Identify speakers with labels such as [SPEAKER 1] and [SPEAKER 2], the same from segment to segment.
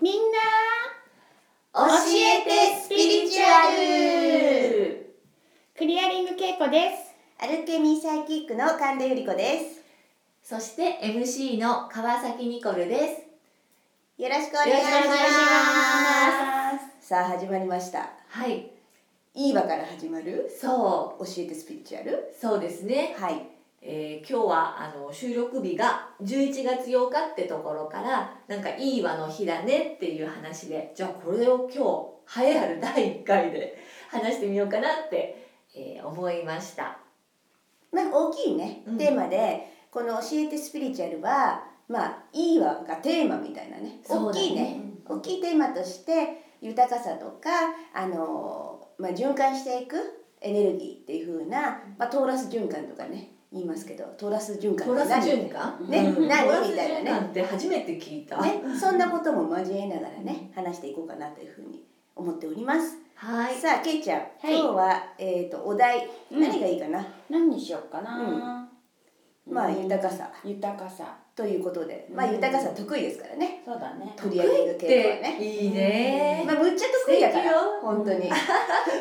[SPEAKER 1] みんな教えてスピリチュアルクリアリング稽古です
[SPEAKER 2] アルケミーサイキックの神田由里子です。
[SPEAKER 3] そして MC の川崎ニコルです。
[SPEAKER 2] よろしくお願いし
[SPEAKER 3] よろしくお願
[SPEAKER 2] ま
[SPEAKER 3] い
[SPEAKER 2] す。さあ始まりました。
[SPEAKER 3] はい、
[SPEAKER 2] いいわから始まる
[SPEAKER 3] そ
[SPEAKER 2] 教えてスピリチュアル。
[SPEAKER 3] う、そうですね。
[SPEAKER 2] はい。
[SPEAKER 3] えー今日はあの収録日が11月8日ってところからなんかいいわの日だねっていう話でじゃあこれを今日栄えある第1回で 話してみようかなって、えー思いました。
[SPEAKER 2] なんか大きいね、
[SPEAKER 3] うん
[SPEAKER 2] テーマでこの教えてスピリチュアルはまあいいわがテーマみたいなね。
[SPEAKER 3] そう
[SPEAKER 2] 大
[SPEAKER 3] だね
[SPEAKER 2] きいね。大きいテーマとして豊かさとかあのまあ循環していくエネルギーっていう風なまあトーラス循環とかね言いますけどトーラス循環
[SPEAKER 3] ト
[SPEAKER 2] って
[SPEAKER 3] ラ
[SPEAKER 2] 何
[SPEAKER 3] ス循環
[SPEAKER 2] ね
[SPEAKER 3] うん
[SPEAKER 2] 何
[SPEAKER 3] トラス
[SPEAKER 2] みたいなね
[SPEAKER 3] 循環って初めて聞いた。
[SPEAKER 2] ね、そんなことも交えながらね話していこうかなというふうに思っております、
[SPEAKER 3] はい。
[SPEAKER 2] さあけいちゃん、
[SPEAKER 1] い
[SPEAKER 2] 今日は、えー、とお題、
[SPEAKER 1] うん
[SPEAKER 2] 何がいいかな、
[SPEAKER 1] 何にしようかな、
[SPEAKER 2] まあ
[SPEAKER 1] うん
[SPEAKER 2] 豊かさ
[SPEAKER 1] 豊かさ
[SPEAKER 2] ということで、まあ
[SPEAKER 3] うん
[SPEAKER 2] 豊かさ得意ですからね
[SPEAKER 1] そうだね
[SPEAKER 2] 取り上げる
[SPEAKER 3] っ
[SPEAKER 2] 系は
[SPEAKER 3] て
[SPEAKER 2] ね、
[SPEAKER 3] いいね。
[SPEAKER 2] まあ、むっちゃ得意だから
[SPEAKER 3] 素敵よ
[SPEAKER 2] 本当に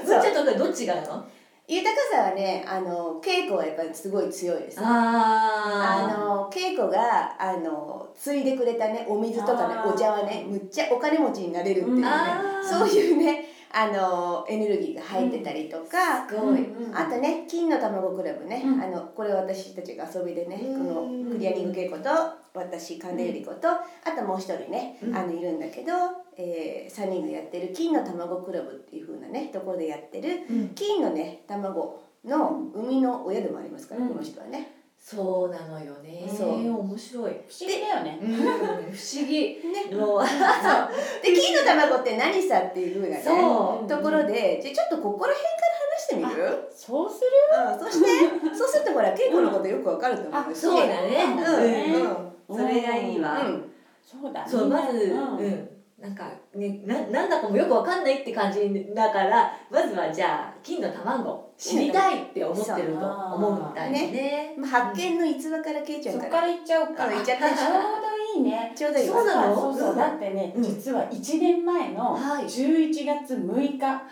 [SPEAKER 3] ぶ
[SPEAKER 2] そ
[SPEAKER 3] っ
[SPEAKER 2] う
[SPEAKER 3] ちゃとかどっちがなの？
[SPEAKER 2] 豊かさはねあの稽古はやっぱりすごい強いですあ
[SPEAKER 3] あ
[SPEAKER 2] の稽古があのついでくれたねお水とかね
[SPEAKER 1] あ
[SPEAKER 2] お
[SPEAKER 1] ー
[SPEAKER 2] 茶はねむっちゃお金持ちになれるっていうね
[SPEAKER 3] あー
[SPEAKER 2] そういうねあのエネルギーが入ってたりとか、
[SPEAKER 3] すごい。
[SPEAKER 1] うんうん
[SPEAKER 2] あとね金の卵クラブね、
[SPEAKER 1] うん
[SPEAKER 2] あのこれ私たちが遊びでねこ
[SPEAKER 3] うん
[SPEAKER 2] のクリアリング稽古と私神田由里子と、あともう一人ね、
[SPEAKER 3] うん
[SPEAKER 2] あのいるんだけど、えー、3人がやってる金の卵クラブっていう風なねところでやってる
[SPEAKER 3] うん
[SPEAKER 2] 金のね卵の生みの親でもありますから、
[SPEAKER 1] うん
[SPEAKER 2] この人はね。
[SPEAKER 3] そうなのよね。
[SPEAKER 2] そう
[SPEAKER 3] 面白い。
[SPEAKER 1] 不思議だよね
[SPEAKER 3] うん、不思 議。
[SPEAKER 2] ね
[SPEAKER 3] もう、
[SPEAKER 2] で金の卵って何さっていう風なね
[SPEAKER 3] そう
[SPEAKER 2] ところでじゃあちょっとここら辺から話してみる
[SPEAKER 1] そうす
[SPEAKER 2] うん、そして、そうするとほら、稽古のことよくわかると思うし。
[SPEAKER 3] そうだね。
[SPEAKER 2] うん、
[SPEAKER 1] ね
[SPEAKER 2] うん、
[SPEAKER 3] うん、それがいいわ。
[SPEAKER 2] うん、
[SPEAKER 1] るそうだね
[SPEAKER 3] そう、まず、
[SPEAKER 1] うん
[SPEAKER 3] うん、なんか、ね、な、なんだかもよくわかんないって感じだから。まずは、じゃあ、金の卵、知りたいって思ってると思うみたいですね。
[SPEAKER 2] まあ、発見の逸話からけいちゃ
[SPEAKER 1] そ
[SPEAKER 2] ん
[SPEAKER 1] っ
[SPEAKER 2] か。
[SPEAKER 1] からら行っちゃおうか
[SPEAKER 2] うん行っちゃって
[SPEAKER 1] あちょうどいいね
[SPEAKER 2] ちょうどいいわ
[SPEAKER 3] そうなの
[SPEAKER 1] そうそう
[SPEAKER 3] うん
[SPEAKER 1] だってね、
[SPEAKER 3] うん
[SPEAKER 1] 実は1年前の
[SPEAKER 3] はい
[SPEAKER 1] 11月6日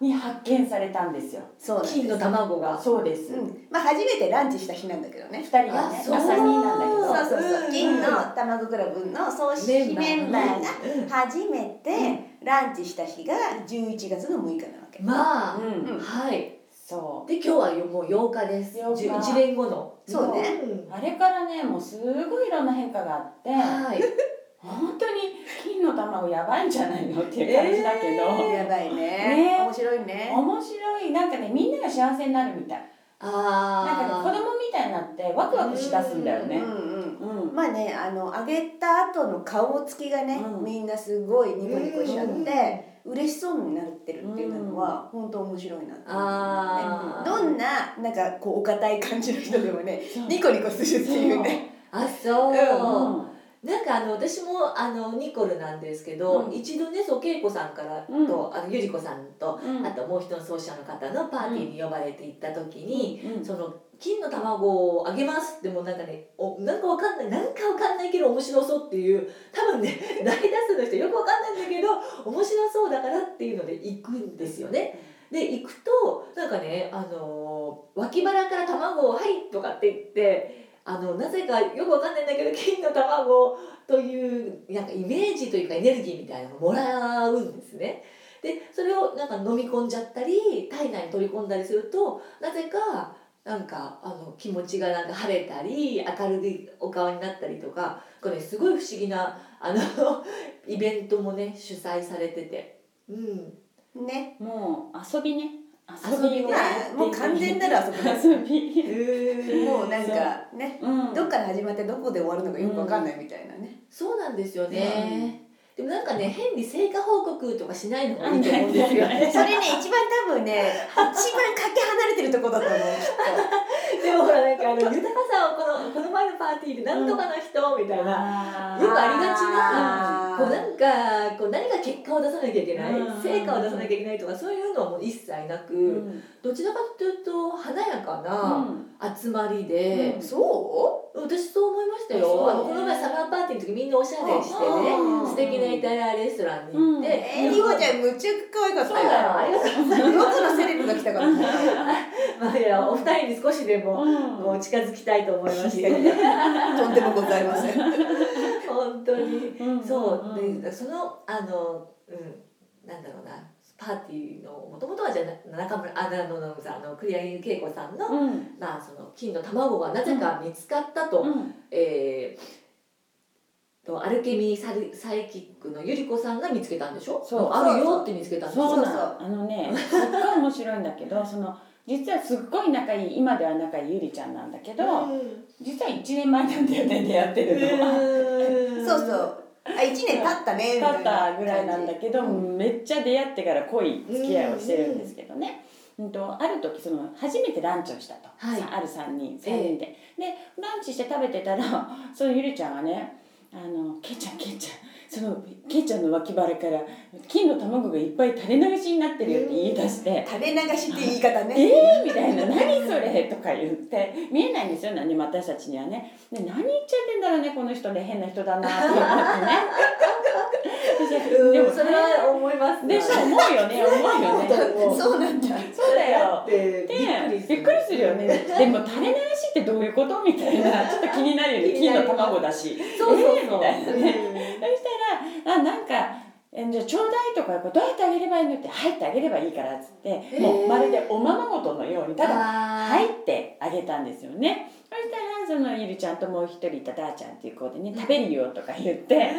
[SPEAKER 1] に発見されたんですよ、
[SPEAKER 2] そうなん
[SPEAKER 3] 金
[SPEAKER 2] で
[SPEAKER 3] の卵が。
[SPEAKER 1] そうです、
[SPEAKER 2] す。うん、まあ、初めてランチした日なんだけどね
[SPEAKER 1] 2。人がね
[SPEAKER 3] あ
[SPEAKER 1] 朝
[SPEAKER 3] そう
[SPEAKER 1] 人なんだけ
[SPEAKER 2] そ
[SPEAKER 1] ど
[SPEAKER 2] うそうそうう、
[SPEAKER 3] ん
[SPEAKER 2] 金の卵クラブの総指揮メンバーが初めてランチした日が11月の6日なわけ。
[SPEAKER 3] まあ、
[SPEAKER 1] うん
[SPEAKER 2] うん
[SPEAKER 3] はい。
[SPEAKER 1] そ
[SPEAKER 3] で、今日はよもう8日です。
[SPEAKER 1] 8日
[SPEAKER 3] 1年後の。
[SPEAKER 2] そうね。
[SPEAKER 1] うあれからねもうすごいいろんな変化があって
[SPEAKER 3] はい。
[SPEAKER 1] 本当に金の卵やばいんじゃないのっていう感じだけど、
[SPEAKER 2] やばいね
[SPEAKER 1] ね。
[SPEAKER 2] 面白いね。
[SPEAKER 1] 面白いなんかねみんなが幸せになるみたいなんかね
[SPEAKER 3] あ
[SPEAKER 1] 子供みたいになってワクワクしだすんだよ
[SPEAKER 2] うん、
[SPEAKER 1] ね
[SPEAKER 2] うん。
[SPEAKER 1] うん、
[SPEAKER 2] まあね、あの上げた後の顔つきがね、
[SPEAKER 1] うん
[SPEAKER 2] みんなすごいニコニコしちゃっ
[SPEAKER 3] うん
[SPEAKER 2] て、嬉しそうになってるっていうのは、本当面白いなって
[SPEAKER 3] あー
[SPEAKER 2] 思うね、どんななんかこうお堅い感じの人でもね
[SPEAKER 1] そう
[SPEAKER 2] ニコニコするっていうね
[SPEAKER 3] ああそう、
[SPEAKER 2] う
[SPEAKER 3] なんかあの私もあのニコルなんですけど、
[SPEAKER 1] うん
[SPEAKER 3] 一度ねそう恵子さんからと、
[SPEAKER 1] うん
[SPEAKER 3] あのゆり子さんと、
[SPEAKER 1] うん
[SPEAKER 3] あともう一人の奏者の方のパーティーに呼ばれて行った時に、
[SPEAKER 1] うん
[SPEAKER 3] その金の卵をあげますってもうなんかねおなんかわかんないなんかわかんないけど面白そうっていう多分ね大多数の人よくわかんないんだけど面白そうだからっていうので行くんですよね。で行くとなんかね、あのー脇腹から卵を「はい」とかって言ってあのなぜかよくわかんないんだけど金の卵というなんかイメージというかエネルギーみたいなのをもらうんですね。でそれをなんか飲み込んじゃったり体内に取り込んだりするとなぜかなんかあの気持ちがなんか晴れたり明るいお顔になったりとかこれ、すごい不思議なあの イベントもね主催されてて。うん
[SPEAKER 2] ね
[SPEAKER 1] もう遊びね
[SPEAKER 3] 遊びね
[SPEAKER 1] を
[SPEAKER 2] ま
[SPEAKER 1] や
[SPEAKER 2] あ
[SPEAKER 1] っていく
[SPEAKER 2] もう完全なら遊びだ
[SPEAKER 1] 遊び
[SPEAKER 2] もうなんかね
[SPEAKER 1] うん
[SPEAKER 2] どっから始まってどこで終わるのかよくわかんないみたいなね、
[SPEAKER 3] そうなんですよね、でもなんかね変に成果報告とかしないのがいいと思うんですよね
[SPEAKER 2] それね一番多分ね一番かけ離れてるとこだと思うきっ
[SPEAKER 3] でもほらなんかあの豊かさをこのこの前のパーティーでなんとかの人みたいな、
[SPEAKER 1] あー
[SPEAKER 3] よくありがち
[SPEAKER 2] あ
[SPEAKER 3] な
[SPEAKER 2] ー
[SPEAKER 3] こうなんかこう何か結果を出さなきゃいけない、
[SPEAKER 1] うん
[SPEAKER 3] 成果を出さなきゃいけないとかそういうのはもう一切なく、
[SPEAKER 1] うん
[SPEAKER 3] どちらかというと華やかな集まり
[SPEAKER 1] う
[SPEAKER 3] で
[SPEAKER 1] ん
[SPEAKER 2] とそう
[SPEAKER 3] 私そう思いましたよ、
[SPEAKER 1] そうね
[SPEAKER 3] あのこの前サマーパーティーの時みんなおしゃれしてね
[SPEAKER 1] あ
[SPEAKER 2] ー
[SPEAKER 3] 素敵な衣イタリアレストランに行って、
[SPEAKER 2] えー、リゴちゃんむっちゃ可愛かっ
[SPEAKER 3] そ
[SPEAKER 2] た
[SPEAKER 3] うだよありがとうござい
[SPEAKER 2] よ僕のセレブが来たからね
[SPEAKER 3] ますまあいやお二人に少しでも、もう近づきたいと思いまして
[SPEAKER 2] とんでもございません
[SPEAKER 3] 本当に
[SPEAKER 1] うん
[SPEAKER 3] そう
[SPEAKER 1] う
[SPEAKER 3] で
[SPEAKER 1] ん
[SPEAKER 3] そのあのうんなんだろうなパーティーのもともとはじゃな中村あなののさんの栗谷恵子さんの,、
[SPEAKER 1] うん
[SPEAKER 3] まあ、その金の卵がなぜか見つかったと、
[SPEAKER 1] うん
[SPEAKER 3] えーとアルケミーサルサイキックのゆり子さんが見つけたんでしょ
[SPEAKER 1] そう
[SPEAKER 3] あるよって見つけたんでしょ
[SPEAKER 1] そうな
[SPEAKER 2] そう
[SPEAKER 1] のあのねすっごい面白いんだけど その実はすっごい仲いい今では仲いいゆりちゃんなんだけど、
[SPEAKER 3] うん
[SPEAKER 1] 実は1年前なんだよね出会ってるのは。
[SPEAKER 2] そうそう。あ、一年経ったね。み
[SPEAKER 1] 経
[SPEAKER 2] い
[SPEAKER 1] っ
[SPEAKER 2] な
[SPEAKER 1] たぐらいなんだけど、
[SPEAKER 2] う
[SPEAKER 1] めっちゃ出会ってから濃い付き合いをしてるんですけどね、うんとある時その初めてランチをしたと、
[SPEAKER 3] はい
[SPEAKER 1] さある3人3人で、でランチして食べてたら そのゆりちゃんがねあのけいちゃんけいちゃんそのけいちゃんの脇腹から金の卵がいっぱい垂れ流しになってるよって言い出して、
[SPEAKER 2] 垂れ流しって言い方
[SPEAKER 1] え
[SPEAKER 2] ね。
[SPEAKER 1] ー、みたいな「何それ」とか言って見えないんですよ何も私たちにはねで何言っちゃってんだろうねこの人ね変な人だなと思ってね
[SPEAKER 3] うん
[SPEAKER 1] でも
[SPEAKER 3] それは思います
[SPEAKER 1] でしょ思うよね思う よね
[SPEAKER 2] そうなんだ。
[SPEAKER 1] そうだよ
[SPEAKER 3] で
[SPEAKER 1] でびっくりするよねでも垂れ流しってどういうことみたいなちょっと気になるよね
[SPEAKER 3] 気に
[SPEAKER 1] 金
[SPEAKER 3] な
[SPEAKER 1] の
[SPEAKER 3] る
[SPEAKER 1] 卵だし
[SPEAKER 3] そうそうそう
[SPEAKER 1] えーみたいなねそしたらあなんかえーじゃあちょうだいとかこうどうやってあげればいいのって入ってあげればいいからっつって、
[SPEAKER 3] ー
[SPEAKER 1] もうまるでおままごとのようにただ
[SPEAKER 3] は
[SPEAKER 1] 入ってあげたんですよねそしたらそのゆりちゃんともう一人いたダーちゃんっていう子でね「食べるよ」とか言って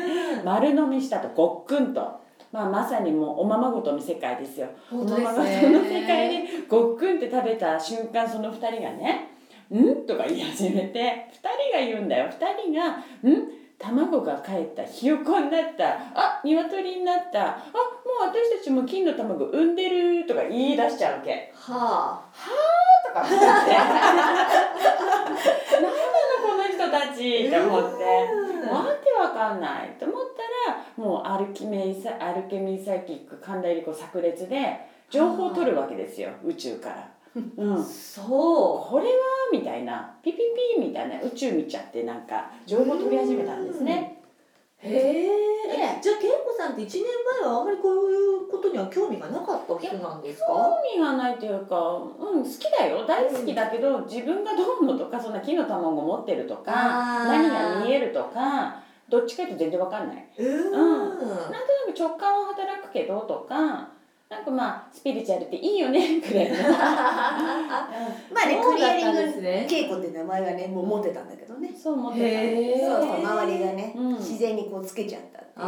[SPEAKER 1] 丸飲みしたとごっくんと、まあ、まさにもうおままごとの世界ですよ
[SPEAKER 3] 本当です
[SPEAKER 1] おまま
[SPEAKER 3] ね
[SPEAKER 1] ごとの世界でごっくんって食べた瞬間その二人がね「ん?」とか言い始めて二人が言うんだよ二人が「ん?」卵がかえったひよこになったあ鶏になったあもう私たちも金の卵産んでるとか言い出しちゃうわけ
[SPEAKER 3] は
[SPEAKER 1] とか思って何なのこの人たちって思って、
[SPEAKER 3] うん
[SPEAKER 1] わけわかんないと思ったらもうアルキメイサアルケミーサイキック神田理子炸裂で情報を取るわけですよ宇宙から。うん
[SPEAKER 3] あ、そう
[SPEAKER 1] これはみたいなピピピみたいな宇宙見ちゃってなんか情報取り始めたんですね。
[SPEAKER 3] へえじゃあ恵子さんって1年前はあんまりこういうことには興味がなかった人なんですか
[SPEAKER 1] 興味がないというか、うん、好きだよ大好きだけど、自分がどうのとかそんな木の卵持ってるとか
[SPEAKER 3] あー
[SPEAKER 1] 何が見えるとかどっちかというと全然わかんない。
[SPEAKER 3] うん
[SPEAKER 1] なんとなく直感は働くけどとかなんかまあスピリチュアルっていいよねくらいの
[SPEAKER 2] まあね、クリアリ
[SPEAKER 3] そうだったんで
[SPEAKER 2] ン
[SPEAKER 3] す
[SPEAKER 2] グ
[SPEAKER 3] ね
[SPEAKER 2] 稽古って名前はね、もう持ってたんだけどね。
[SPEAKER 1] そう思ってたん
[SPEAKER 3] へ
[SPEAKER 1] で
[SPEAKER 3] え
[SPEAKER 1] す
[SPEAKER 2] そうそう、周りがね
[SPEAKER 1] うん、
[SPEAKER 2] 自然にこうつけちゃったっていうね。
[SPEAKER 3] あ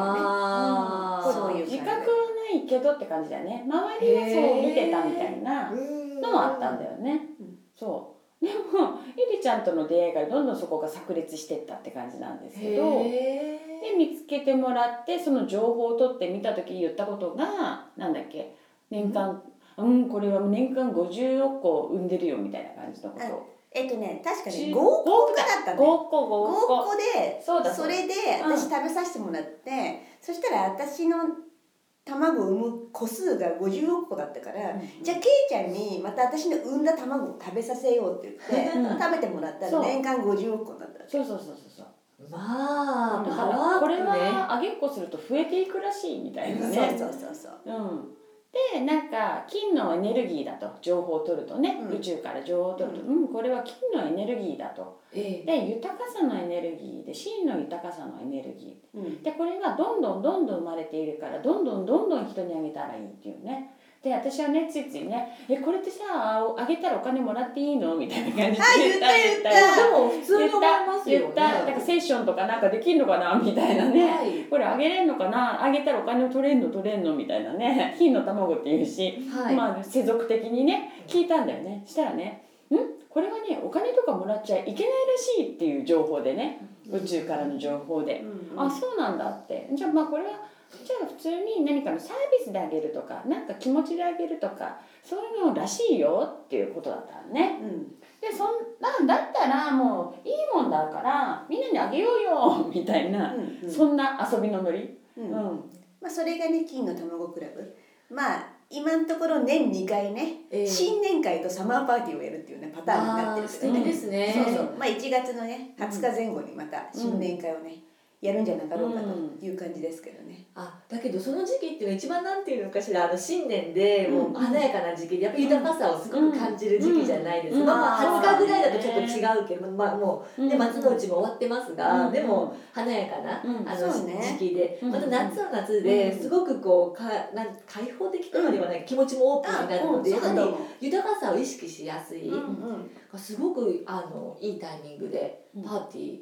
[SPEAKER 2] うん
[SPEAKER 3] あ
[SPEAKER 2] そういう
[SPEAKER 1] 自覚はないけどって感じだよね周りがそう見てたみたいなのもあったんだよね、
[SPEAKER 2] うん
[SPEAKER 1] そうでもゆりちゃんとの出会いがどんどんそこが炸裂してったって感じなんですけどで見つけてもらってその情報を取ってみた時に言ったことがなんだっけ年間うん、これは年間50億個産んでるよみたいな感じのことを
[SPEAKER 2] えっとね、確か
[SPEAKER 1] 中
[SPEAKER 2] ね、合コンとかだった
[SPEAKER 1] 5
[SPEAKER 2] ね。合
[SPEAKER 1] 個5個
[SPEAKER 2] コンで、
[SPEAKER 1] そうだ
[SPEAKER 2] そ
[SPEAKER 1] だ
[SPEAKER 2] れで
[SPEAKER 1] うん
[SPEAKER 2] 私食べさせてもらって、そしたら私の卵を産む個数が50億個だったから、じゃあケイちゃんにまた私の産んだ卵を食べさせようって言って、
[SPEAKER 1] うん
[SPEAKER 2] 食べてもらった
[SPEAKER 1] そ
[SPEAKER 2] ら
[SPEAKER 1] う
[SPEAKER 2] 年間50億個になった
[SPEAKER 1] そうそうそうそうそう
[SPEAKER 3] まあ
[SPEAKER 1] だ
[SPEAKER 3] パ
[SPEAKER 1] からこ
[SPEAKER 3] ワ
[SPEAKER 1] れ
[SPEAKER 3] ー
[SPEAKER 1] は上げっこすると増えていくらしいみたいなね
[SPEAKER 2] そうそうそうそう
[SPEAKER 1] うん、でなんか金のエネルギーだと情報を取るとね、
[SPEAKER 2] うん
[SPEAKER 1] 宇宙から情報を取ると、うんこれは金のエネルギーだと
[SPEAKER 3] ね
[SPEAKER 1] で豊かさのエネルギーで真の豊かさのエネルギ
[SPEAKER 2] うん
[SPEAKER 1] ーでこれがどんどんどんどん生まれているからどんどんどんどん人にあげたらいいっていうねで私はねついついね「えこれってさあげたらお金もらっていいの?」みたいな感じで
[SPEAKER 2] あ言った言った
[SPEAKER 1] 言った
[SPEAKER 3] でも普通に思います
[SPEAKER 1] 言
[SPEAKER 3] よ
[SPEAKER 1] っ
[SPEAKER 3] ね
[SPEAKER 1] たなんかセッションとかなんかできるのかなみたいなね、これあげれんのかなあげたらお金を取れんの取れんのみたいなね金の卵っていうし、
[SPEAKER 3] はいはい
[SPEAKER 1] まあ世俗的にね聞いたんだよねしたらね「んこれはねお金とかもらっちゃいけないらしい」っていう情報でね宇宙からの情報で「あそうなんだ」ってじゃあまあこれはじゃあ普通に何かのサービスであげるとかなんか気持ちであげるとかそういうのらしいよっていうことだったのね。
[SPEAKER 2] うん
[SPEAKER 1] でそんなんだったらもういいもんだからみんなにあげようよ みたいな、
[SPEAKER 2] うんうん
[SPEAKER 1] そんな遊びのノリ、
[SPEAKER 2] う
[SPEAKER 1] うん
[SPEAKER 2] んまあそれがね金の卵クラブまあ今のところ年2回ね、
[SPEAKER 3] ええ
[SPEAKER 2] 新年会とサマーパーティーをやるっていうねパターンになってる
[SPEAKER 3] あー
[SPEAKER 2] んで
[SPEAKER 3] 素
[SPEAKER 2] すよ
[SPEAKER 3] 敵
[SPEAKER 2] ね
[SPEAKER 3] ですね
[SPEAKER 2] そうそうまあ1月のね20日前後にまた新年会をね、やるんじゃなかろうかという感じですけどね。
[SPEAKER 3] あだけどその時期っていうのは一番なんていうのかしらあの新年で
[SPEAKER 1] うん
[SPEAKER 3] もう華やかな時期でやっぱり豊かさをすごく感じる時期じゃないですか、
[SPEAKER 1] うん
[SPEAKER 3] まあ、
[SPEAKER 1] うん
[SPEAKER 3] まあ20日ぐらいだとちょっと違うけど、まあ、もうで
[SPEAKER 1] うん
[SPEAKER 3] 松の内も終わってますが、
[SPEAKER 1] うん
[SPEAKER 3] でも華やかな、
[SPEAKER 1] うん
[SPEAKER 3] あ
[SPEAKER 2] そう
[SPEAKER 3] の、
[SPEAKER 2] ね
[SPEAKER 3] 時期で
[SPEAKER 1] うん
[SPEAKER 3] また夏は夏
[SPEAKER 1] うん
[SPEAKER 3] ですごくこうかなん開放的とかではない気持ちもオープンになるので、
[SPEAKER 2] あ
[SPEAKER 3] や
[SPEAKER 2] うんそうだと
[SPEAKER 3] は
[SPEAKER 2] 思う
[SPEAKER 3] り豊かさを意識しやすい、
[SPEAKER 2] うん
[SPEAKER 3] すごくあのいいタイミングでパーティー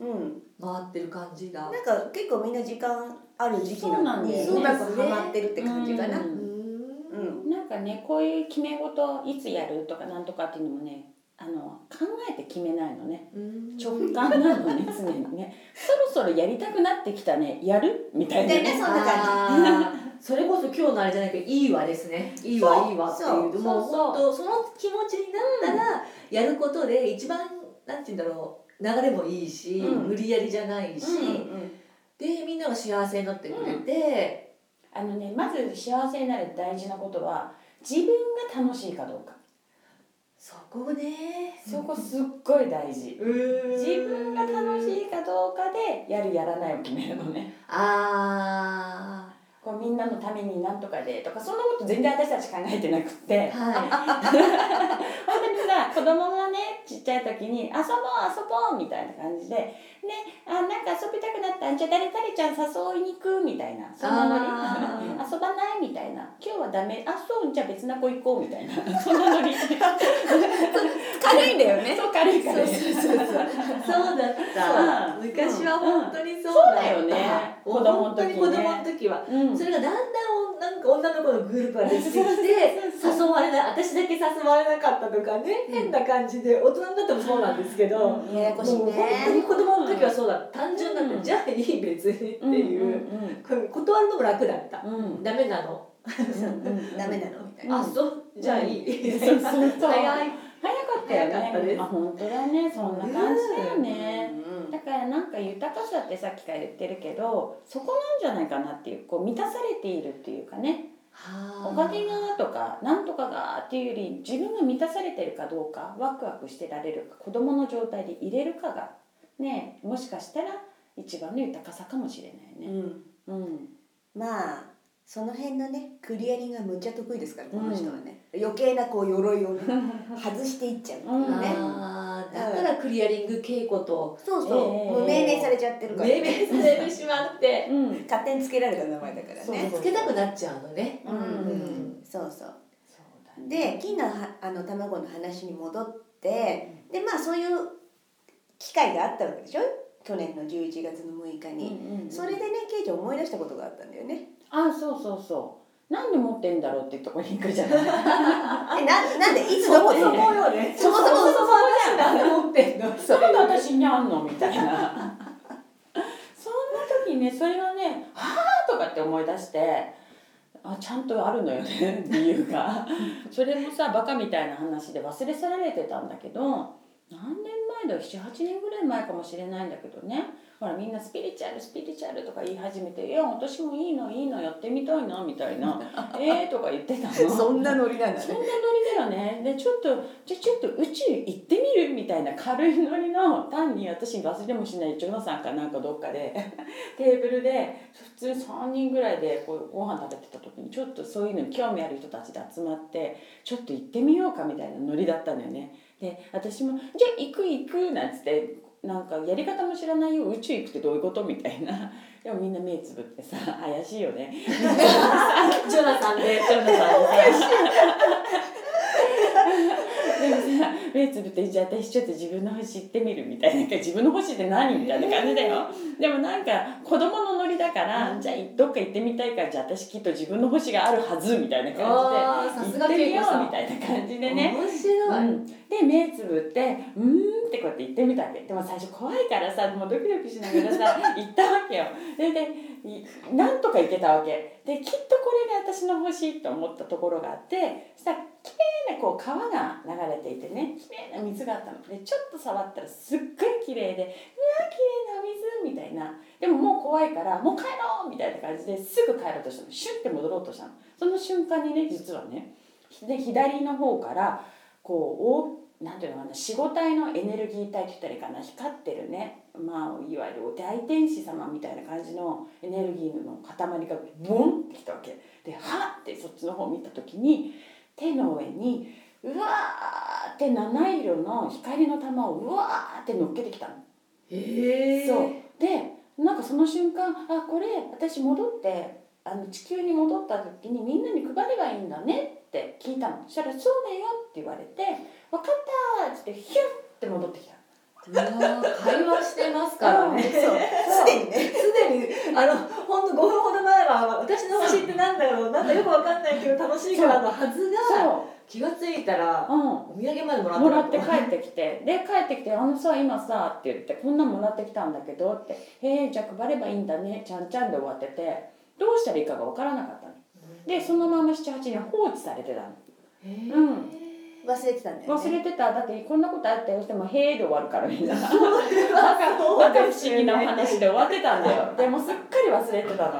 [SPEAKER 2] うんうん
[SPEAKER 3] 回ってる感じが。
[SPEAKER 2] なんか結構みんな時間ある時期
[SPEAKER 1] そうな
[SPEAKER 2] の
[SPEAKER 1] んだ
[SPEAKER 2] に
[SPEAKER 1] よ
[SPEAKER 2] う
[SPEAKER 1] ね
[SPEAKER 2] まくハマってるって感じかな。
[SPEAKER 1] う
[SPEAKER 2] うんん
[SPEAKER 3] う
[SPEAKER 1] なんかねこういう決め事いつやるとかなんとかっていうのもねあの考えて決めないのね
[SPEAKER 3] ん
[SPEAKER 1] 直感なのね常にねそろそろやりたくなってきたねやるみたいな
[SPEAKER 2] でねそんな感じ
[SPEAKER 3] あーそれこそ今日のあれじゃないけどいいわですねいいわ
[SPEAKER 2] そう
[SPEAKER 3] いいわっていう
[SPEAKER 1] そう
[SPEAKER 3] もう
[SPEAKER 1] そう
[SPEAKER 3] 本当その気持ちになったらやることで一番なんて言うんだろう流れもいいし、
[SPEAKER 2] うん
[SPEAKER 3] 無理やりじゃないし、
[SPEAKER 2] うん
[SPEAKER 3] でみんなが幸せになってくれて、
[SPEAKER 1] あのねまず幸せになる大事なことは自分が楽しいかどうか
[SPEAKER 3] そこね
[SPEAKER 1] そこすっごい大事自分が楽し
[SPEAKER 3] い
[SPEAKER 1] いかどうかでやるやらないを決めるのね
[SPEAKER 3] あ
[SPEAKER 1] こうみんなのためになんとかでとかそんなこと全然私たち考えてなくっ
[SPEAKER 3] ー
[SPEAKER 1] て、
[SPEAKER 3] は
[SPEAKER 1] 本当にさ子供がねちっちゃい時に「遊ぼう遊ぼう」みたいな感じで「ねあなんか遊びたくなったじゃあ誰々ちゃん誘いに行く」みたいなそんなノリ
[SPEAKER 3] あ
[SPEAKER 1] 遊ばないみたいな「今日はダメあそうじゃあ別な子行こう」みたいなそんなノリ
[SPEAKER 2] 軽いんだよね。
[SPEAKER 1] そう軽いからね
[SPEAKER 3] いそうだった
[SPEAKER 1] そう
[SPEAKER 3] 昔は本当にそう
[SPEAKER 1] そう
[SPEAKER 3] だ
[SPEAKER 1] だ
[SPEAKER 3] った
[SPEAKER 1] よね子供の
[SPEAKER 3] 本当
[SPEAKER 1] 時
[SPEAKER 3] に
[SPEAKER 1] ね
[SPEAKER 3] 子供の時は
[SPEAKER 1] うん
[SPEAKER 3] それがだんだんなんか女の子のグループができてきて
[SPEAKER 1] そう
[SPEAKER 3] 誘われない私だけ誘われなかったとかね
[SPEAKER 1] うん
[SPEAKER 3] 変な感じで大人になってもそうなんですけど、もう
[SPEAKER 2] ややこしい
[SPEAKER 3] 本当に
[SPEAKER 2] ね。
[SPEAKER 3] 子供の時はそうだった単純だった、
[SPEAKER 1] うん
[SPEAKER 3] じゃあいい別にって
[SPEAKER 1] うん
[SPEAKER 3] いう、これ断るのも楽だった、
[SPEAKER 1] うんうん
[SPEAKER 3] ダメなの、
[SPEAKER 1] うん
[SPEAKER 2] ダメなのみたい
[SPEAKER 1] うん
[SPEAKER 2] な。
[SPEAKER 3] あそうじゃあいい、
[SPEAKER 1] う んそうそうそう
[SPEAKER 3] 早い
[SPEAKER 1] 早かったよね
[SPEAKER 3] 早かったです
[SPEAKER 1] あ本当だねそんな感じだよね、
[SPEAKER 2] うん
[SPEAKER 1] だからなんか豊かさってさっきから言ってるけどそこなんじゃないかなっていうこう満たされているっていうかねお金がとかなんとかがっていうより自分が満たされてるかどうかワクワクしてられるか子供の状態で入れるかがねもしかしたら一番の豊かさかもしれないうね。
[SPEAKER 2] ん
[SPEAKER 1] うん
[SPEAKER 2] まあその辺のねクリアリングがむっちゃ得意ですからこの人はね、余計なこう鎧をね外していっちゃうっていうね、
[SPEAKER 3] あーだからクリアリング稽古と
[SPEAKER 2] そうそう、
[SPEAKER 1] ええ
[SPEAKER 2] もう命名されちゃってるから、
[SPEAKER 3] 命名されてしまって
[SPEAKER 1] うん
[SPEAKER 2] 勝手につけられた名前だから
[SPEAKER 1] そう
[SPEAKER 2] ね
[SPEAKER 3] つけたくなっちゃうのね
[SPEAKER 1] うん
[SPEAKER 3] うん
[SPEAKER 2] そうそう
[SPEAKER 1] そうだね
[SPEAKER 2] で金のはあの卵の話に戻ってでまあそういう機会があったわけでしょ去年の11月の6日
[SPEAKER 1] うん
[SPEAKER 2] に、
[SPEAKER 1] うんうん
[SPEAKER 2] それでね刑事思い出したことがあったんだよね
[SPEAKER 1] あそうそうそうなんで持ってんだろうってとこに行くじゃない
[SPEAKER 2] えななんでいつどこで
[SPEAKER 1] そこ
[SPEAKER 3] よね
[SPEAKER 2] そもそも
[SPEAKER 3] そも私何で持ってんの
[SPEAKER 1] そうなんで私にあんのみたいなそんな時にねそれがね「はあ!」とかって思い出してあちゃんとあるのよね理由がそれもさバカみたいな話で忘れ去られてたんだけど何年前だろ78年ぐらい前かもしれないんだけどねほらみんなスピリチュアルスピリチュアルとか言い始めて「いや私もいいのいいのやってみたいな」みたいな「ええ」とか言ってたの。
[SPEAKER 2] んなノリなん
[SPEAKER 1] そんなノリだよねでちょっとじゃあちょっと宇宙行ってみるみたいな軽いノリの単に私忘れもしないジョナさんかなんかどっかで テーブルで普通3人ぐらいでこうご飯食べてた時にちょっとそういうのに興味ある人たちで集まってちょっと行ってみようかみたいなノリだったのよねで私も「じゃあ行く行く」なんつってなんかやり方も知らないよ宇宙行くってどういうことみたいなでもみんな目つぶってさ怪しいよね
[SPEAKER 3] ジョナサンで
[SPEAKER 1] ジョナさんです。でもさ目つぶってじゃあ私ちょっと自分の星行ってみるみたいななんか自分の星って何みたいな感じだよでもなんか子供のノリだから、じゃあどっか行ってみたいからじゃあ私きっと自分の星があるはずみたいな感
[SPEAKER 3] あーさ
[SPEAKER 1] じ
[SPEAKER 3] す
[SPEAKER 1] で
[SPEAKER 3] が
[SPEAKER 1] 行ってみよ
[SPEAKER 3] 恵子さ
[SPEAKER 1] うんみたいな感じでね
[SPEAKER 3] 面白い、
[SPEAKER 1] うん、で目つぶって「うーん」ってこうやって言ってみたわけでも最初怖いからさもうドキドキしながらさ 行ったわけよそれでいなんとか行けたわけできっとこれが私の欲しいと思ったところがあってそしたらきれいなこう川が流れていてねきれいな水があったのでちょっと触ったらすっごいきれいで「うわきれいな水」みたいなでももう怖いから「もう帰ろう」みたいな感じですぐ帰ろうとしたのシュッて戻ろうとしたのその瞬間にね実はねで左の方からこうおなんていうのかな四五体のエネルギー体って言ったらいいかな光ってるねまあ、いわゆるお大天使様みたいな感じのエネルギーの塊がボンってきたわけではっってそっちの方を見た時に手の上にうわーって七色の光の玉をうわーって乗っけてきたの。
[SPEAKER 3] へえ
[SPEAKER 1] そうでなんかその瞬間あこれ私戻ってあの地球に戻った時にみんなに配ればいいんだねって聞いたのそしたら「そうだよ」って言われて「分かった」って言ってヒュッて戻ってきた
[SPEAKER 3] うわー会話してますからね
[SPEAKER 1] うん
[SPEAKER 3] そう
[SPEAKER 2] すでにね
[SPEAKER 3] すでにあのほんの5分ほど前は私の星ってなんだろうなんかよくわかんないけど楽しいからのはずが
[SPEAKER 1] そ
[SPEAKER 3] 気がついたら
[SPEAKER 1] う、うん、
[SPEAKER 3] お土産までもらって
[SPEAKER 1] もらって帰ってきてで帰ってきて「あのさ今さ」って言って「こんなんもらってきたんだけど」って「へえじゃあ配ればいいんだねちゃんちゃん」で終わっててどうしたらいいかが分からなかったのでそのまま78年放置されてたの
[SPEAKER 3] へー
[SPEAKER 1] うん
[SPEAKER 2] 忘れてたんだよね
[SPEAKER 1] 忘れてただってこんなことあったよしても「へえ」で終わるからみんななんか
[SPEAKER 3] そう
[SPEAKER 1] 不
[SPEAKER 3] で
[SPEAKER 1] 思
[SPEAKER 3] すよね
[SPEAKER 1] 議なお話で終わってたんだよでもすっかり忘れてたの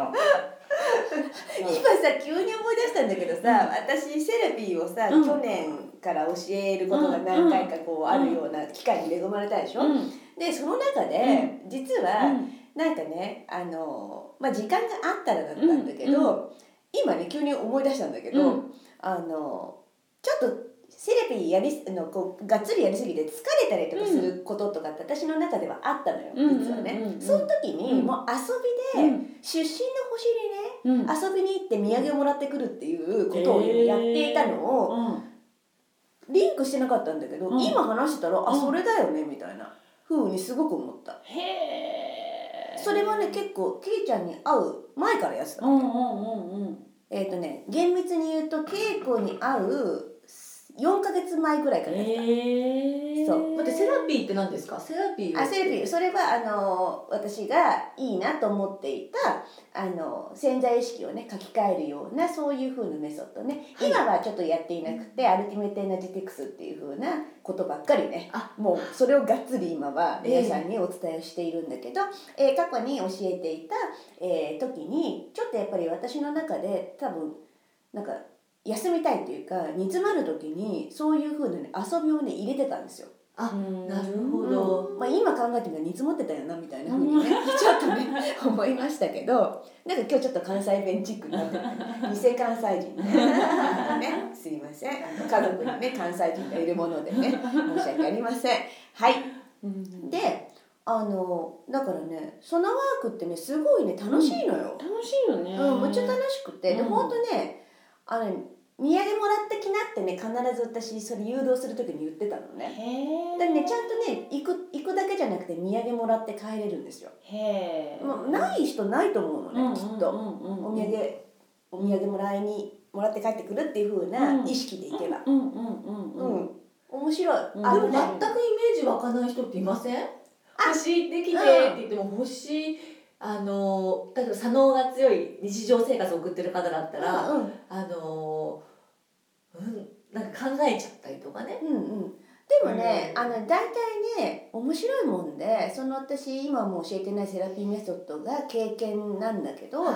[SPEAKER 2] 今さ急に思い出したんだけどさ、私セラピーをさ、
[SPEAKER 1] うん
[SPEAKER 2] 去年から教えることが何回かこうあるような機会に恵まれたでしょ、
[SPEAKER 1] うん
[SPEAKER 2] でその中で、実はなんかねあの、まあ、時間があったらだったんだけど、
[SPEAKER 1] う
[SPEAKER 2] 今ね急に思い出したんだけど、
[SPEAKER 1] う
[SPEAKER 2] あのちょっとセラピーやりあのこうがっつりやりすぎて疲れたりとかすることとかって私の中ではあったのよ、
[SPEAKER 1] うん
[SPEAKER 2] 実はね、
[SPEAKER 1] うんうんうん
[SPEAKER 2] その時に、
[SPEAKER 1] うん
[SPEAKER 2] もう遊
[SPEAKER 1] う
[SPEAKER 2] びで、
[SPEAKER 1] ん
[SPEAKER 2] 出身の星にね
[SPEAKER 1] うん
[SPEAKER 2] 遊びに行って土産をもらってくるっていうことをやっていたのをリンクしてなかったんだけど、
[SPEAKER 1] うん
[SPEAKER 2] 今話してたら、あ
[SPEAKER 1] うん
[SPEAKER 2] それだよねみたいな風にすごく思った
[SPEAKER 1] へえ
[SPEAKER 2] それはね結構ケイちゃんに会う前からやってた、
[SPEAKER 1] うんうんうんうん
[SPEAKER 2] えっ、とね厳密に言うと稽古に会う4ヶ月前ぐらいからやってた、
[SPEAKER 1] へえ
[SPEAKER 2] そう
[SPEAKER 3] 待ってセラピーって何ですかセラピーは
[SPEAKER 2] あセラピーそれはあの私がいいなと思っていたあの潜在意識をね書き換えるようなそういう風なメソッドね、
[SPEAKER 3] はい
[SPEAKER 2] 今はちょっとやっていなくて、アルティメットエナジティクスっていう風なことばっかりね
[SPEAKER 3] あ
[SPEAKER 2] もうそれをがっつり今は皆さんにお伝えをしているんだけど、えー過去に教えていた、えー時にちょっとやっぱり私の中で多分なんか休みたいというか煮詰まる時にそういう風な、ね、遊びをね入れてたんですよ。
[SPEAKER 3] あ
[SPEAKER 1] うん
[SPEAKER 3] なるほど、
[SPEAKER 2] まあ、今考えてみたら煮詰まってたよなみたいなふうにねちょっとね思いましたけどなんか今日ちょっと関西弁チックになってる偽関西人ねすいませんあの家族にね関西人がいるものでね申し訳ありませんはい
[SPEAKER 1] うん
[SPEAKER 2] であのだからねそのワークってねすごいね楽しいのよ、
[SPEAKER 1] 楽しいよね
[SPEAKER 2] うん、めっちゃ楽しくてで
[SPEAKER 1] うん
[SPEAKER 2] ほんとねあの土産もらってきなってね必ず私それ誘導する時に言ってたのね
[SPEAKER 1] へえ
[SPEAKER 2] だからねちゃんとね行く行くだけじゃなくて土産もらって帰れるんですよ、
[SPEAKER 1] へえ
[SPEAKER 2] まあ、ない人ないと思うのね、きっと、
[SPEAKER 1] お
[SPEAKER 2] お土産お土産もらいにもらって帰ってくるっていう風な
[SPEAKER 1] うん
[SPEAKER 2] 意識でいけば
[SPEAKER 1] うんうんうん
[SPEAKER 2] う、
[SPEAKER 1] うんん
[SPEAKER 2] 面白い、
[SPEAKER 1] うん
[SPEAKER 2] あ
[SPEAKER 3] で
[SPEAKER 2] の
[SPEAKER 3] も全くイ
[SPEAKER 2] ね
[SPEAKER 1] ね
[SPEAKER 3] メージ湧かない人っていません星できてって言っても星あの例えば左脳が強い日常生活を送ってる方だったら、
[SPEAKER 2] うん
[SPEAKER 3] あのうんなんか考えちゃったりとかね
[SPEAKER 2] うんうんでもね、
[SPEAKER 3] うん
[SPEAKER 2] あの大体ね面白いもんでその私今もう教えてないセラピーメソッドが経験なんだけど、
[SPEAKER 3] い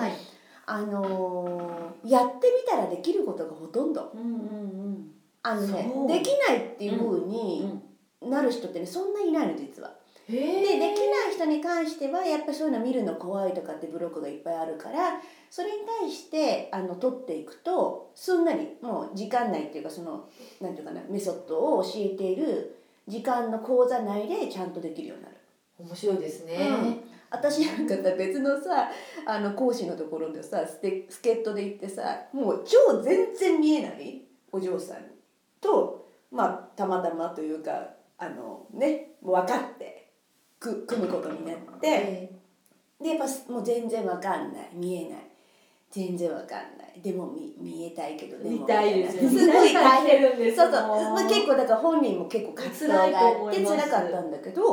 [SPEAKER 2] あのーやってみたらできることがほとんど
[SPEAKER 1] うんうん
[SPEAKER 2] あのね
[SPEAKER 3] そう
[SPEAKER 2] できないっていう風
[SPEAKER 1] うんう
[SPEAKER 2] に
[SPEAKER 1] ん
[SPEAKER 2] なる人ってねそんないないの実は。
[SPEAKER 3] でで
[SPEAKER 2] でできない人に関してはやっぱりそういうの見るの怖いとかってブロックがいっぱいあるからそれに対してあの取っていくとすんなりもう時間内っていうかそのなんていうかなメソッドを教えている時間の講座内でちゃんとできるようになる。
[SPEAKER 3] 面白いですね、
[SPEAKER 2] うん私なんかさ別のさあの講師のところでさステ助っ人で行ってさもう超全然見えないお嬢さんとまあたまたまというかあのね分かってく組むことになって
[SPEAKER 3] え
[SPEAKER 2] でやっぱすもう全然分かんない見えない全然分かんないでも見見えたいけど
[SPEAKER 3] ー
[SPEAKER 2] でも
[SPEAKER 3] 見たいですよね
[SPEAKER 2] すごい大変
[SPEAKER 3] 見たいです
[SPEAKER 2] そ
[SPEAKER 3] よ
[SPEAKER 2] うそう、まあ、結構だから本人も結構活動があって
[SPEAKER 3] 辛いと思います
[SPEAKER 2] 辛かったんだけど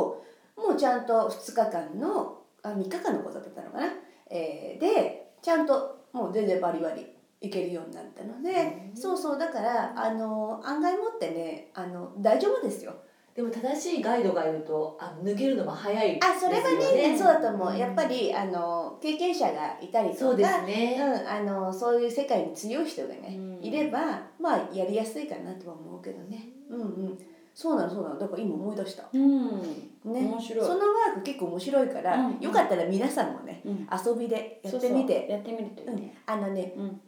[SPEAKER 2] もうちゃんと2日間のあ3日間の講座だったのかな、えーでちゃんともう全然バリバリいけるようになったので
[SPEAKER 3] うん
[SPEAKER 2] そうそうだからあの案外もってねあの大丈夫ですよ
[SPEAKER 3] でも正しいガイドがいるとあの抜けるのも早い
[SPEAKER 2] あそれは
[SPEAKER 3] ですよ
[SPEAKER 2] ねそうだと思うやっぱりあの経験者がいたり
[SPEAKER 3] そ
[SPEAKER 2] と
[SPEAKER 3] うで
[SPEAKER 2] か
[SPEAKER 3] すね、
[SPEAKER 2] うん、あのそういう世界に強い人がね、
[SPEAKER 1] うん
[SPEAKER 2] いればまあやりやすいかなとは思うけどね、うんうん、そうなのそうなのだから今思い出した
[SPEAKER 1] うん
[SPEAKER 2] ね
[SPEAKER 1] 面白い
[SPEAKER 2] そのワーク結構面白いから、
[SPEAKER 1] うん
[SPEAKER 2] よかったら皆さんもね
[SPEAKER 1] うん
[SPEAKER 2] 遊びでやってみ
[SPEAKER 1] そうそう
[SPEAKER 2] て
[SPEAKER 1] やってみるといいね
[SPEAKER 2] あのね
[SPEAKER 1] うん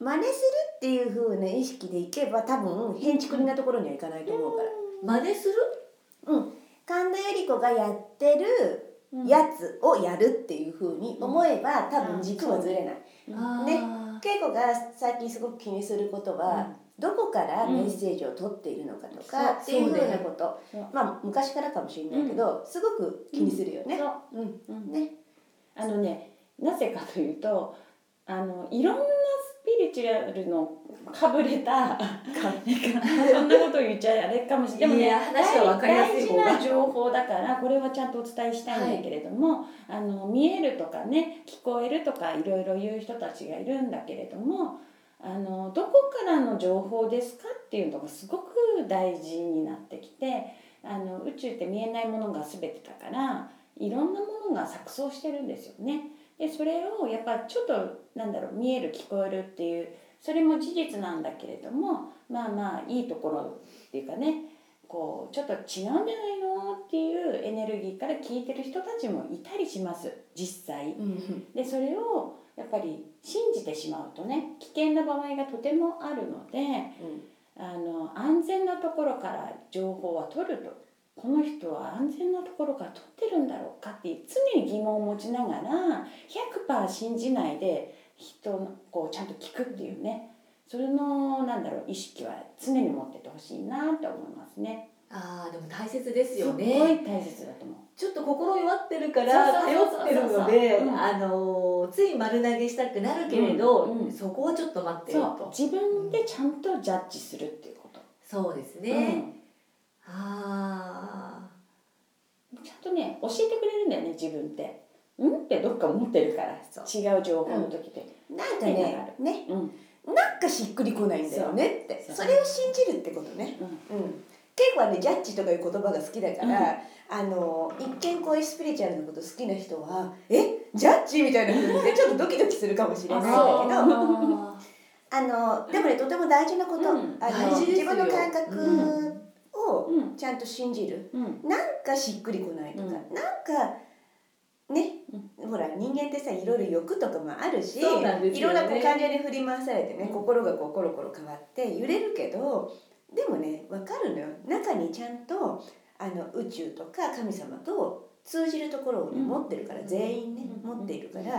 [SPEAKER 2] 真似するっていう風な意識でいけば多分変ちくりなところにはいかないと思うから、
[SPEAKER 3] 真似する
[SPEAKER 2] 神田由里子がやってるやつをやるっていう風に思えば、多分軸はずれない。
[SPEAKER 3] あー
[SPEAKER 2] ね恵子が最近すごく気にすることは、どこからメッセージを取っているのかとか、
[SPEAKER 3] うん
[SPEAKER 2] っていう
[SPEAKER 3] そう
[SPEAKER 2] 風なこと、
[SPEAKER 1] そう
[SPEAKER 2] まあ昔からかもしれないけど、すごく気にするよね。
[SPEAKER 1] そう
[SPEAKER 2] うん
[SPEAKER 1] うん
[SPEAKER 2] ね
[SPEAKER 1] あのねなぜかというとあのいろんなスピリチュアルのかぶれたそんなこと言っちゃあれかもしれない
[SPEAKER 3] い
[SPEAKER 1] でも
[SPEAKER 3] や
[SPEAKER 1] ね
[SPEAKER 3] 話は分かりやすい
[SPEAKER 1] 大
[SPEAKER 3] 方
[SPEAKER 1] 大
[SPEAKER 3] が
[SPEAKER 1] 事な情報だからこれはちゃんとお伝えしたいんだけれども、あの見えるとかね聞こえるとかいろいろ言う人たちがいるんだけれどもあのどこからの情報ですかっていうのがすごく大事になってきてあの宇宙って見えないものが全てだからいろんなものが錯綜してるんですよね。でそれをやっぱちょっとなんだろう見える聞こえるっていうそれも事実なんだけれどもまあまあいいところっていうかねこうちょっと違うんじゃないのっていうエネルギーから聞いてる人たちもいたりします実際。
[SPEAKER 2] うん
[SPEAKER 1] でそれをやっぱり信じてしまうとね危険な場合がとてもあるので。あの安全なところから情報は取るとこの人は安全なところから取ってるんだろうかって常に疑問を持ちながら100%信じないで人のこうちゃんと聞くっていうねそれのなんだろう意識は常に持っててほしいなと思いますね。
[SPEAKER 3] あーでも大切ですよ
[SPEAKER 1] すっご
[SPEAKER 3] ね
[SPEAKER 1] い大切だと思う。
[SPEAKER 3] ちょっと心弱ってるから
[SPEAKER 1] そう
[SPEAKER 3] 頼
[SPEAKER 1] そうそうそう
[SPEAKER 3] ってるので、
[SPEAKER 1] うん
[SPEAKER 3] あのーつい丸投げしたくなるけれど、
[SPEAKER 1] うんうん
[SPEAKER 3] そこはちょっと待ってよ
[SPEAKER 1] そう
[SPEAKER 3] と
[SPEAKER 1] 自分でちゃんとジャッジするっていうこと。
[SPEAKER 3] そうです
[SPEAKER 1] うん
[SPEAKER 3] ね、ああ
[SPEAKER 1] ちゃんとね教えてくれるんだよね自分って。うんってどっか思ってるから
[SPEAKER 2] そう
[SPEAKER 1] 違う情報の時で。
[SPEAKER 2] なんか
[SPEAKER 1] 手があ
[SPEAKER 2] ねね
[SPEAKER 1] うん
[SPEAKER 2] なんかしっくりこないんだよねって
[SPEAKER 1] そう
[SPEAKER 2] それを信じるってことね。うん、結構はねジャッジとかいう言葉が好きだから、あの一見こういうスピリチュアルなこと好きな人は「えジャッジ?」みたいな風にねちょっとドキドキするかもしれないんだけど
[SPEAKER 1] あ
[SPEAKER 2] あのでもねとても大事なこと、
[SPEAKER 1] うん
[SPEAKER 2] あ
[SPEAKER 3] 大
[SPEAKER 2] の
[SPEAKER 3] 事です
[SPEAKER 2] 自
[SPEAKER 3] よ
[SPEAKER 2] 分の感覚を
[SPEAKER 1] うん
[SPEAKER 2] ちゃんと信じる、
[SPEAKER 1] うん
[SPEAKER 2] なんかしっくりこないとか、
[SPEAKER 1] うん
[SPEAKER 2] なんかね、ほら人間ってさいろいろ欲とかもあるし、
[SPEAKER 3] そうなんです
[SPEAKER 2] い
[SPEAKER 3] よ
[SPEAKER 2] ろ
[SPEAKER 3] ね
[SPEAKER 2] んなこう感情に振り回されてね、
[SPEAKER 1] うん
[SPEAKER 2] 心がこうコロコロ変わって揺れるけどでもね分かるのよ中にちゃんとあの宇宙とか神様と通じるところをね、
[SPEAKER 1] うん
[SPEAKER 2] 持ってるから全員ね、
[SPEAKER 1] うん
[SPEAKER 2] 持っているからだ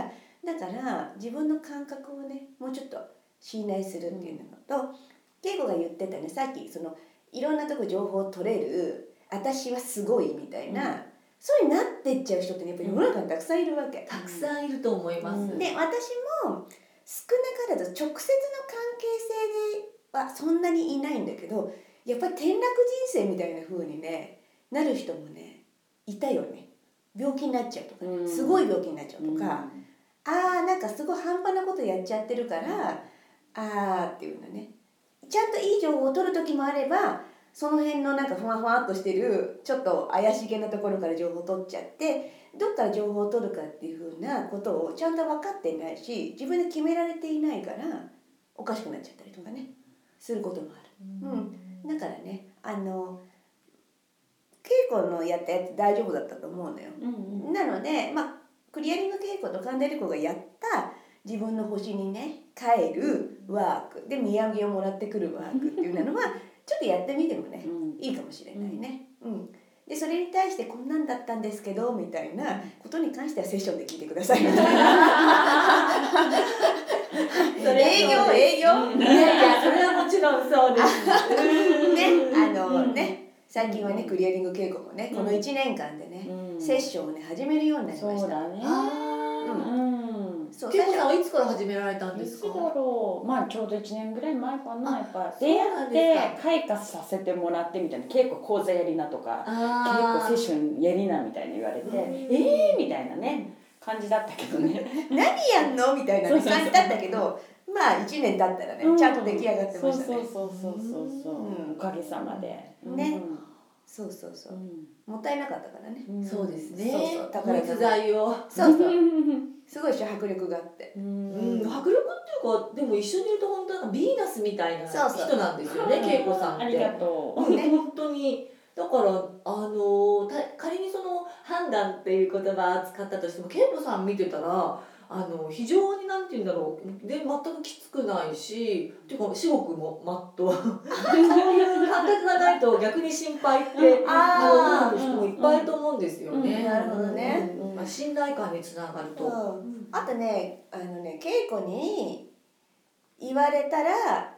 [SPEAKER 2] から自分の感覚をねもうちょっと信頼するっていうのと、恵子が言ってたねさっきそのいろんなとこ情報を取れる私はすごいみたいな、
[SPEAKER 1] うん
[SPEAKER 2] そうになってっちゃう人ってねやっぱり世の中にたくさんいるわけ。
[SPEAKER 3] たくさんいると思います、
[SPEAKER 1] うん
[SPEAKER 2] で私も少なからず直接の関係性ではそんなにいないんだけどやっぱり転落人生みたいな風にねなる人もねいたよね病気になっちゃうとかね、
[SPEAKER 1] うん
[SPEAKER 2] すごい病気になっちゃうとか、ああーなんかすごい半端なことやっちゃってるから、あーっていうのねちゃんといい情報を取る時もあればその辺のなんかふわふわっとしてるちょっと怪しげなところから情報を取っちゃってどっから情報を取るかっていうふうなことをちゃんと分かってないし自分で決められていないからおかしくなっちゃったりとかねすることもある。うんだからねあの稽古のやったやつ大丈夫だったと思うのよ。
[SPEAKER 1] うんうん
[SPEAKER 2] なので、まあ、クリアリング稽古と神田理子がやった自分の星にね帰るワークで土産をもらってくるワークっていうのは ちょっとやってみてもね
[SPEAKER 1] うん
[SPEAKER 2] いいかもしれないね。うんでそれに対してこんなんだったんですけどみたいなことに関してはセッションで聞いてく ださいみたいな
[SPEAKER 3] それは
[SPEAKER 2] 営業営業
[SPEAKER 3] いやいやそれはもちろんそうです
[SPEAKER 2] ねあの
[SPEAKER 1] うん
[SPEAKER 2] ね最近はねクリアリング稽古もねこの1年間でね
[SPEAKER 1] うん
[SPEAKER 2] セッションをね始めるようになりま
[SPEAKER 1] そ
[SPEAKER 2] し
[SPEAKER 1] う
[SPEAKER 2] た。
[SPEAKER 1] だね
[SPEAKER 3] あー
[SPEAKER 1] うん
[SPEAKER 2] そう
[SPEAKER 3] けい
[SPEAKER 2] 最初
[SPEAKER 3] こさんはいつから始められたん
[SPEAKER 1] い
[SPEAKER 3] です
[SPEAKER 1] つ
[SPEAKER 3] か
[SPEAKER 1] だろうまあちょうど1年ぐらい前かな
[SPEAKER 3] あ
[SPEAKER 1] やっぱ
[SPEAKER 3] そう
[SPEAKER 1] 出
[SPEAKER 3] なんですか
[SPEAKER 1] 会って開花させてもらってみたいな結構講座やりなとか結
[SPEAKER 3] あ
[SPEAKER 1] 構
[SPEAKER 3] ー
[SPEAKER 1] セッションやりなみたいに言われて
[SPEAKER 3] うん
[SPEAKER 1] ええー、みたいなね感じだったけどね
[SPEAKER 2] 何やんのみたいな
[SPEAKER 1] そう
[SPEAKER 2] 感
[SPEAKER 1] そ
[SPEAKER 2] じ
[SPEAKER 1] うそう
[SPEAKER 2] だったけどまあ1年経ったらねちゃんと出来上がってましたね、
[SPEAKER 1] うんそうそうそうそうそう、
[SPEAKER 2] うん
[SPEAKER 1] おかげさまで
[SPEAKER 2] ねそうそうそう
[SPEAKER 1] うん
[SPEAKER 2] もったいなかったからね、
[SPEAKER 1] ん
[SPEAKER 3] そうですね
[SPEAKER 2] そうそう宝
[SPEAKER 3] 逸
[SPEAKER 2] 塚
[SPEAKER 3] 材を
[SPEAKER 2] そう
[SPEAKER 1] う
[SPEAKER 2] そうんすごいし迫力があって
[SPEAKER 1] うん
[SPEAKER 3] うん、迫力っていうかでも一緒にいると本当なんかヴィーナスみたいな
[SPEAKER 2] そうそう
[SPEAKER 3] 人なんですよね
[SPEAKER 1] うん
[SPEAKER 3] 恵子さん
[SPEAKER 1] あ
[SPEAKER 3] っ
[SPEAKER 1] りが
[SPEAKER 3] て。
[SPEAKER 1] とう
[SPEAKER 3] うん本当にだからあのーた仮にその「判断」っていう言葉使ったとしてもケイトさん見てたらあの非常になんて言うんだろうで全くきつくないしっていうか至極もマットそういう感覚がないと逆に心配って
[SPEAKER 2] あ
[SPEAKER 3] あの
[SPEAKER 2] ー
[SPEAKER 3] 人もいっぱいいると思うんですよね。
[SPEAKER 1] うん
[SPEAKER 2] なるほどね
[SPEAKER 3] うんまあ、信頼感につながると。
[SPEAKER 2] うんあとねあのね稽古に言われたら